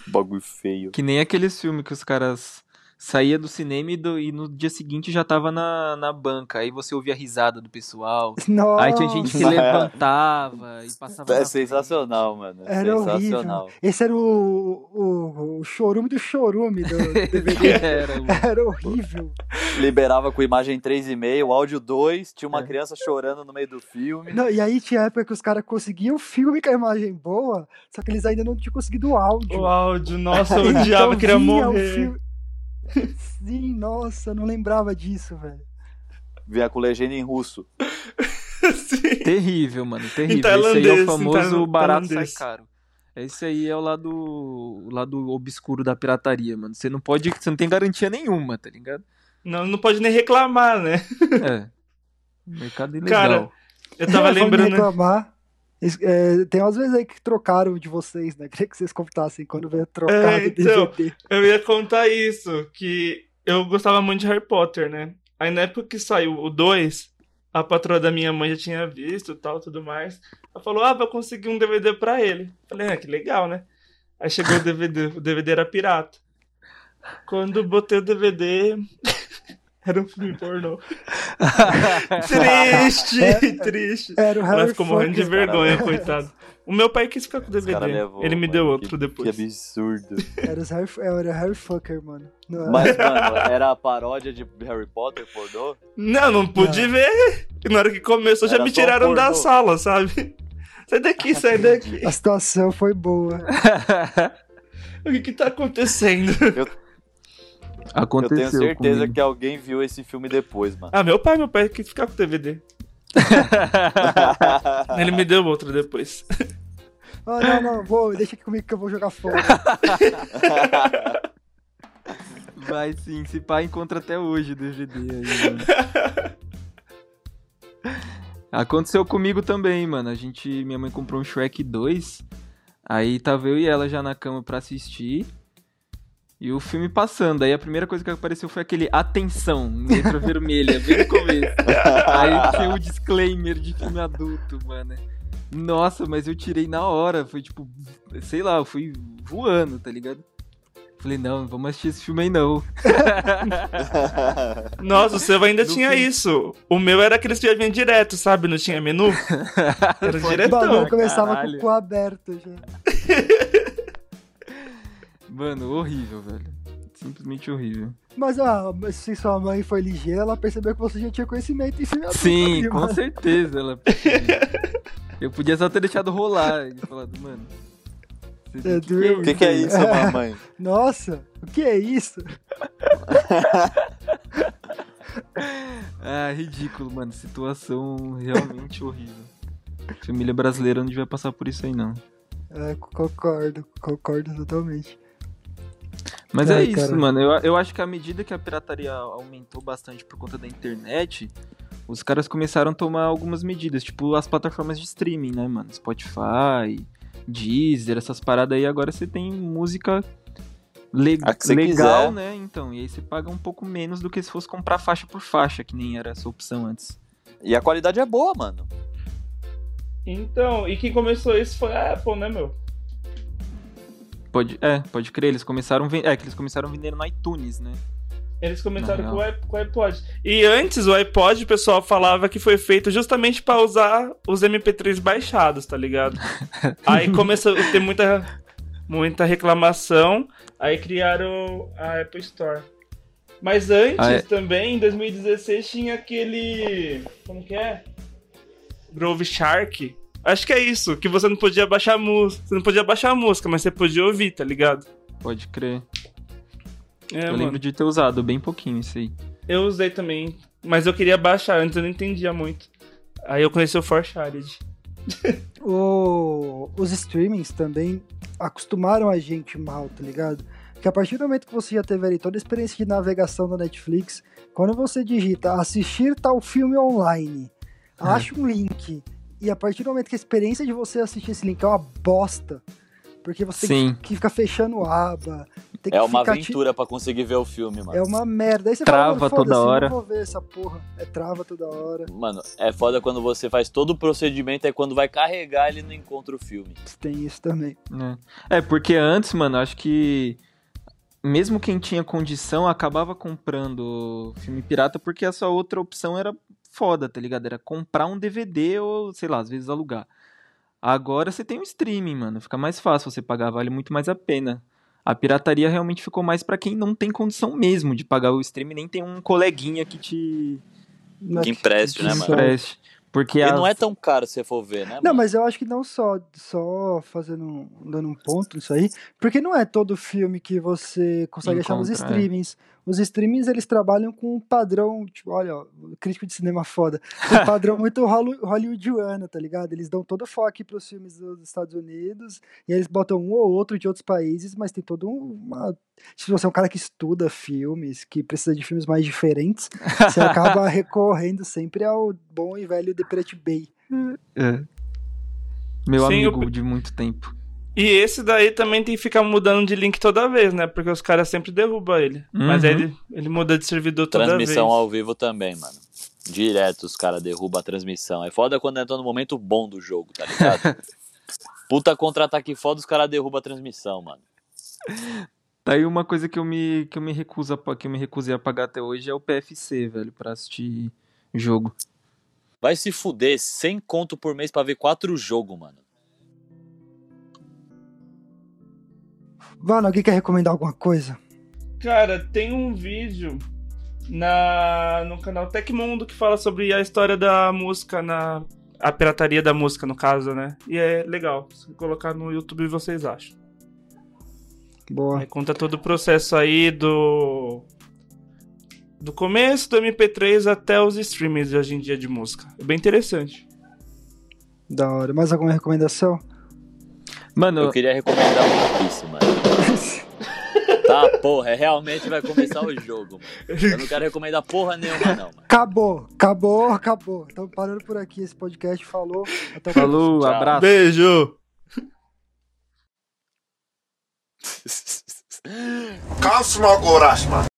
B: Bagulho feio.
C: Que nem aqueles filmes que os caras saía do cinema e, do- e no dia seguinte já tava na, na banca. Aí você ouvia a risada do pessoal.
A: Nossa,
C: Aí tinha gente que
B: Nossa.
C: levantava e passava.
B: É
C: na
B: sensacional, mano. É
A: Era
B: sensacional.
A: esse era o, o, o chorume do chorume do
C: frente.
A: DVD.
C: Era, mano.
A: Era horrível.
B: Liberava com imagem 3,5, áudio 2, tinha uma
C: É.
B: criança chorando no meio do filme.
A: Não, e aí tinha época que os caras conseguiam filme com a imagem boa, só que eles ainda não tinham conseguido o áudio.
E: O áudio, nossa, eu
A: Então
E: odiava, eu queria
A: via o
E: morrer.
A: filme- Sim, nossa, eu não lembrava disso, velho.
B: Vinha com legenda em russo.
E: Sim.
C: terrível, mano. Terrível. Esse aí
E: tailandês,
C: é
E: em
C: o famoso
E: tail-
C: barato sai
E: tailandês.
C: caro. Esse aí é o lado, o lado obscuro da pirataria, mano. Você não pode. Você não tem garantia nenhuma, tá ligado?
E: Não, não pode nem reclamar, né?
C: É. Mercado ilegal.
E: Cara, Eu tava
A: Falando em
E: lembrando. né?
A: reclamar. es- é, tem umas vezes aí que trocaram de vocês, né? Queria que vocês contassem quando veio trocar
E: É,
A: do
E: então.
A: DVD.
E: Eu ia contar isso, que eu gostava muito de Harry Potter, né? Aí na época que saiu o 2, a patroa da minha mãe já tinha visto tal, tudo mais. Ela falou, ah, vou conseguir um DVD pra ele. Falei, ah, que legal, né? Aí chegou o DVD, o DVD era pirata. Quando botei o DVD, era um filme pornô. triste, triste.
A: Era o Harry
E: Ela ficou morrendo de
A: Potter.
E: vergonha, coitado. O meu pai quis ficar com o
B: Os
E: DVD.
B: cara levou,
E: ele me
B: mano,
E: deu
B: que-
E: outro depois.
B: Que absurdo.
A: Era, os Harry, era o Harry Fucker, mano. Não era-
B: Mas, mano, era a paródia de Harry Potter, pornô?
E: Não, não pude ver. Na hora que começou, já
B: Era
E: me
B: só
E: tiraram
B: pornô.
E: da sala, sabe? Sai daqui, sai daqui.
A: A situação foi boa.
E: O que que tá acontecendo?
C: Aconteceu.
B: Eu tenho certeza
C: comigo.
B: que alguém viu esse filme depois, mano.
E: Ah, meu pai, meu pai quis ficar com o DVD. Ele me deu outro depois.
A: Ah, não, não, vou, deixa aqui comigo que eu vou jogar fora.
C: Vai sim, se pá encontra até hoje o DVD aí, mano. Aconteceu comigo também, mano. A gente. Minha mãe comprou um Shrek 2. Aí tava eu e ela já na cama pra assistir. E o filme passando. Aí a primeira coisa que apareceu foi aquele Atenção, letra vermelha, bem no começo. Aí tinha o disclaimer de filme adulto, mano. Nossa, mas eu tirei na hora. Foi tipo, sei lá, eu fui voando, tá ligado? Falei, não, não vamos assistir esse filme aí não.
E: Nossa, o seu ainda tinha isso. O meu era aqueles que já vinha direto, sabe? Não tinha menu. Era
A: O bagulho
E: diretão.
A: começava com
C: caralho.
A: o cu aberto já.
C: Mano, horrível, velho. Simplesmente horrível.
A: Mas ah, mas se sua mãe foi ligeira, ela percebeu que você já tinha conhecimento é em filme adulto.
C: Sim,
A: ali,
C: com
A: mano.
C: certeza ela. podia. Eu podia só ter deixado rolar e falado, mano. você tem
A: É
C: que ver
A: duro.
K: O que, que é isso, mamãe?
A: Nossa, o que é isso?
C: Ah, ridículo, mano. Situação realmente horrível. Família brasileira não devia passar por isso aí, não.
A: É, concordo, concordo totalmente.
C: Mas é
A: Ai,
C: isso,
A: cara.
C: mano. Eu, eu acho que à medida que a pirataria aumentou bastante por conta da internet, os caras começaram a tomar algumas medidas, tipo as plataformas de streaming, né, mano? Spotify, Deezer, essas paradas aí. Agora você tem música le-
K: A que você
C: legal,
K: quiser.
C: né? Então, e aí você paga um pouco menos do que se fosse comprar faixa por faixa, que nem era a sua opção antes.
K: E a qualidade é boa, mano.
E: Então, e quem começou isso foi a Apple, né, meu?
C: Pode, é, pode crer, eles começaram, ven- é, que eles começaram vendendo no iTunes, né?
E: Eles começaram
C: Na
E: com o,
C: real.
E: iP- com o iPod. E antes, o iPod, o pessoal falava que foi feito justamente pra usar os MP3 baixados, tá ligado? Aí começou a ter muita, muita reclamação. Aí criaram a Apple Store. Mas antes
C: Ah, é.
E: também, em 2016, tinha aquele. Como que é? Groove Shark. Acho que é isso, que você não podia baixar música. Você não podia baixar a música, mas você podia ouvir, tá ligado?
C: Pode crer.
E: É,
C: eu
E: mano.
C: lembro de ter usado bem pouquinho isso aí.
E: Eu usei também, mas eu queria baixar antes, eu não entendia muito. Aí eu conheci o Forshared.
A: O- os streamings também acostumaram a gente mal, tá ligado? Que a partir do momento que você já teve ali toda a experiência de navegação da Netflix, quando você digita assistir tal filme online,
C: É.
A: acha um link, e a partir do momento que a experiência de você assistir esse link é uma bosta, porque você tem
C: Sim.
A: que, que ficar fechando aba, tem que
B: É uma
A: ficar te-
B: aventura pra conseguir ver o filme, mano.
A: É uma merda. Aí você fala,
C: Trava
A: "Mano,
C: toda
A: foda-se,
C: hora."
A: Não vou ver essa porra. É trava toda hora.
B: Mano, é foda quando você faz todo o procedimento, é quando vai carregar ele não encontra o filme.
A: Tem isso também.
C: né? É, porque antes, mano, acho que mesmo quem tinha condição acabava comprando filme pirata porque essa outra opção era foda, tá ligado? Era comprar um DVD ou, sei lá, às vezes alugar. Agora você tem um streaming, mano, fica mais fácil, você pagar vale muito mais a pena. A pirataria realmente ficou mais pra quem não tem condição mesmo de pagar o streaming, nem tem um coleguinha que te
A: Não é
B: Que empreste,
A: que-
B: né,
A: que
B: mano?
A: só-
C: preste. Porque
B: E
C: as-
B: não é tão caro se você for ver, né,
A: Não,
B: mano?
A: mas eu acho que não só, só fazendo, um- dando um ponto nisso aí, porque não é todo filme que você consegue achar nos
C: Encontra, é.
A: streamings. Os streamings, eles trabalham com um padrão, tipo, olha, ó, crítico de cinema foda, um padrão muito holly- hollywoodiano, tá ligado? Eles dão todo o foco para os filmes dos Estados Unidos, e eles botam um ou outro de outros países, mas tem todo um- uma... Se você é um cara que estuda filmes, que precisa de filmes mais diferentes, você acaba recorrendo sempre ao bom e velho Deprete Bay.
C: É. Meu
E: Sim,
C: amigo
E: eu-
C: de muito tempo.
E: E esse daí também tem que ficar mudando de link toda vez, né? Porque os caras sempre derrubam ele. Mas aí ele, ele muda de servidor toda
B: Transmissão
E: vez.
B: ao vivo também, mano. Direto os caras derrubam a transmissão. É foda quando entra no momento bom do jogo, tá ligado? Puta contra-ataque foda, os caras derrubam a transmissão, mano.
C: Tá aí uma coisa que eu me, que eu me recuso a, pa- que eu me recusei a pagar até hoje é o PFC, velho, pra assistir jogo.
B: Vai se fuder, 100 conto por mês pra ver quatro jogos, mano.
A: Mano, alguém quer recomendar alguma coisa?
E: Cara, tem um vídeo na, no canal Tecmundo que fala sobre a história da música na. A pirataria da música, no caso, né? E é legal. Se colocar no YouTube, vocês acham.
A: Boa.
E: Aí conta todo o processo aí do. Do começo do MP3 até os streamings de hoje em dia de música. É bem interessante.
A: Da hora. Mais alguma recomendação?
C: Mano,
B: eu queria recomendar um One Piece, mano. tá, porra, é, realmente vai começar o jogo, mano. Eu não quero recomendar porra nenhuma, não.
A: Acabou, acabou, acabou. Estamos parando por aqui esse podcast. Falou. Até o
C: Falou,
A: próximo.
C: abraço.
E: Beijo.
D: Come smoke with us, man.